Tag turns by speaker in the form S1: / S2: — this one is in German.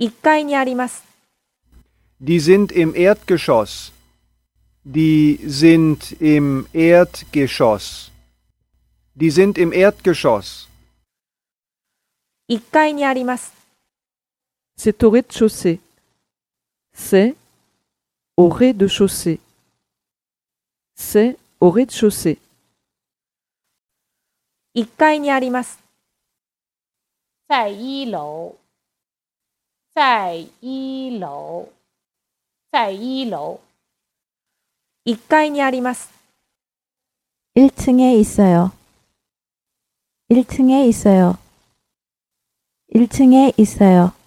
S1: 1階にあります。
S2: Die sind im Erdgeschoss. Die sind im Erdgeschoss. Die sind im Erdgeschoss.
S1: 1階にあります。
S3: C'est au rez-de-chaussée. C'est au rez-de-chaussée. C'est au rez-de-chaussée.
S1: 1階にあります。
S4: 在一楼，在一楼，在一楼，
S1: 1階にあります。
S5: 1층에 있어요. 1층에 있어요. 1층에 있어요.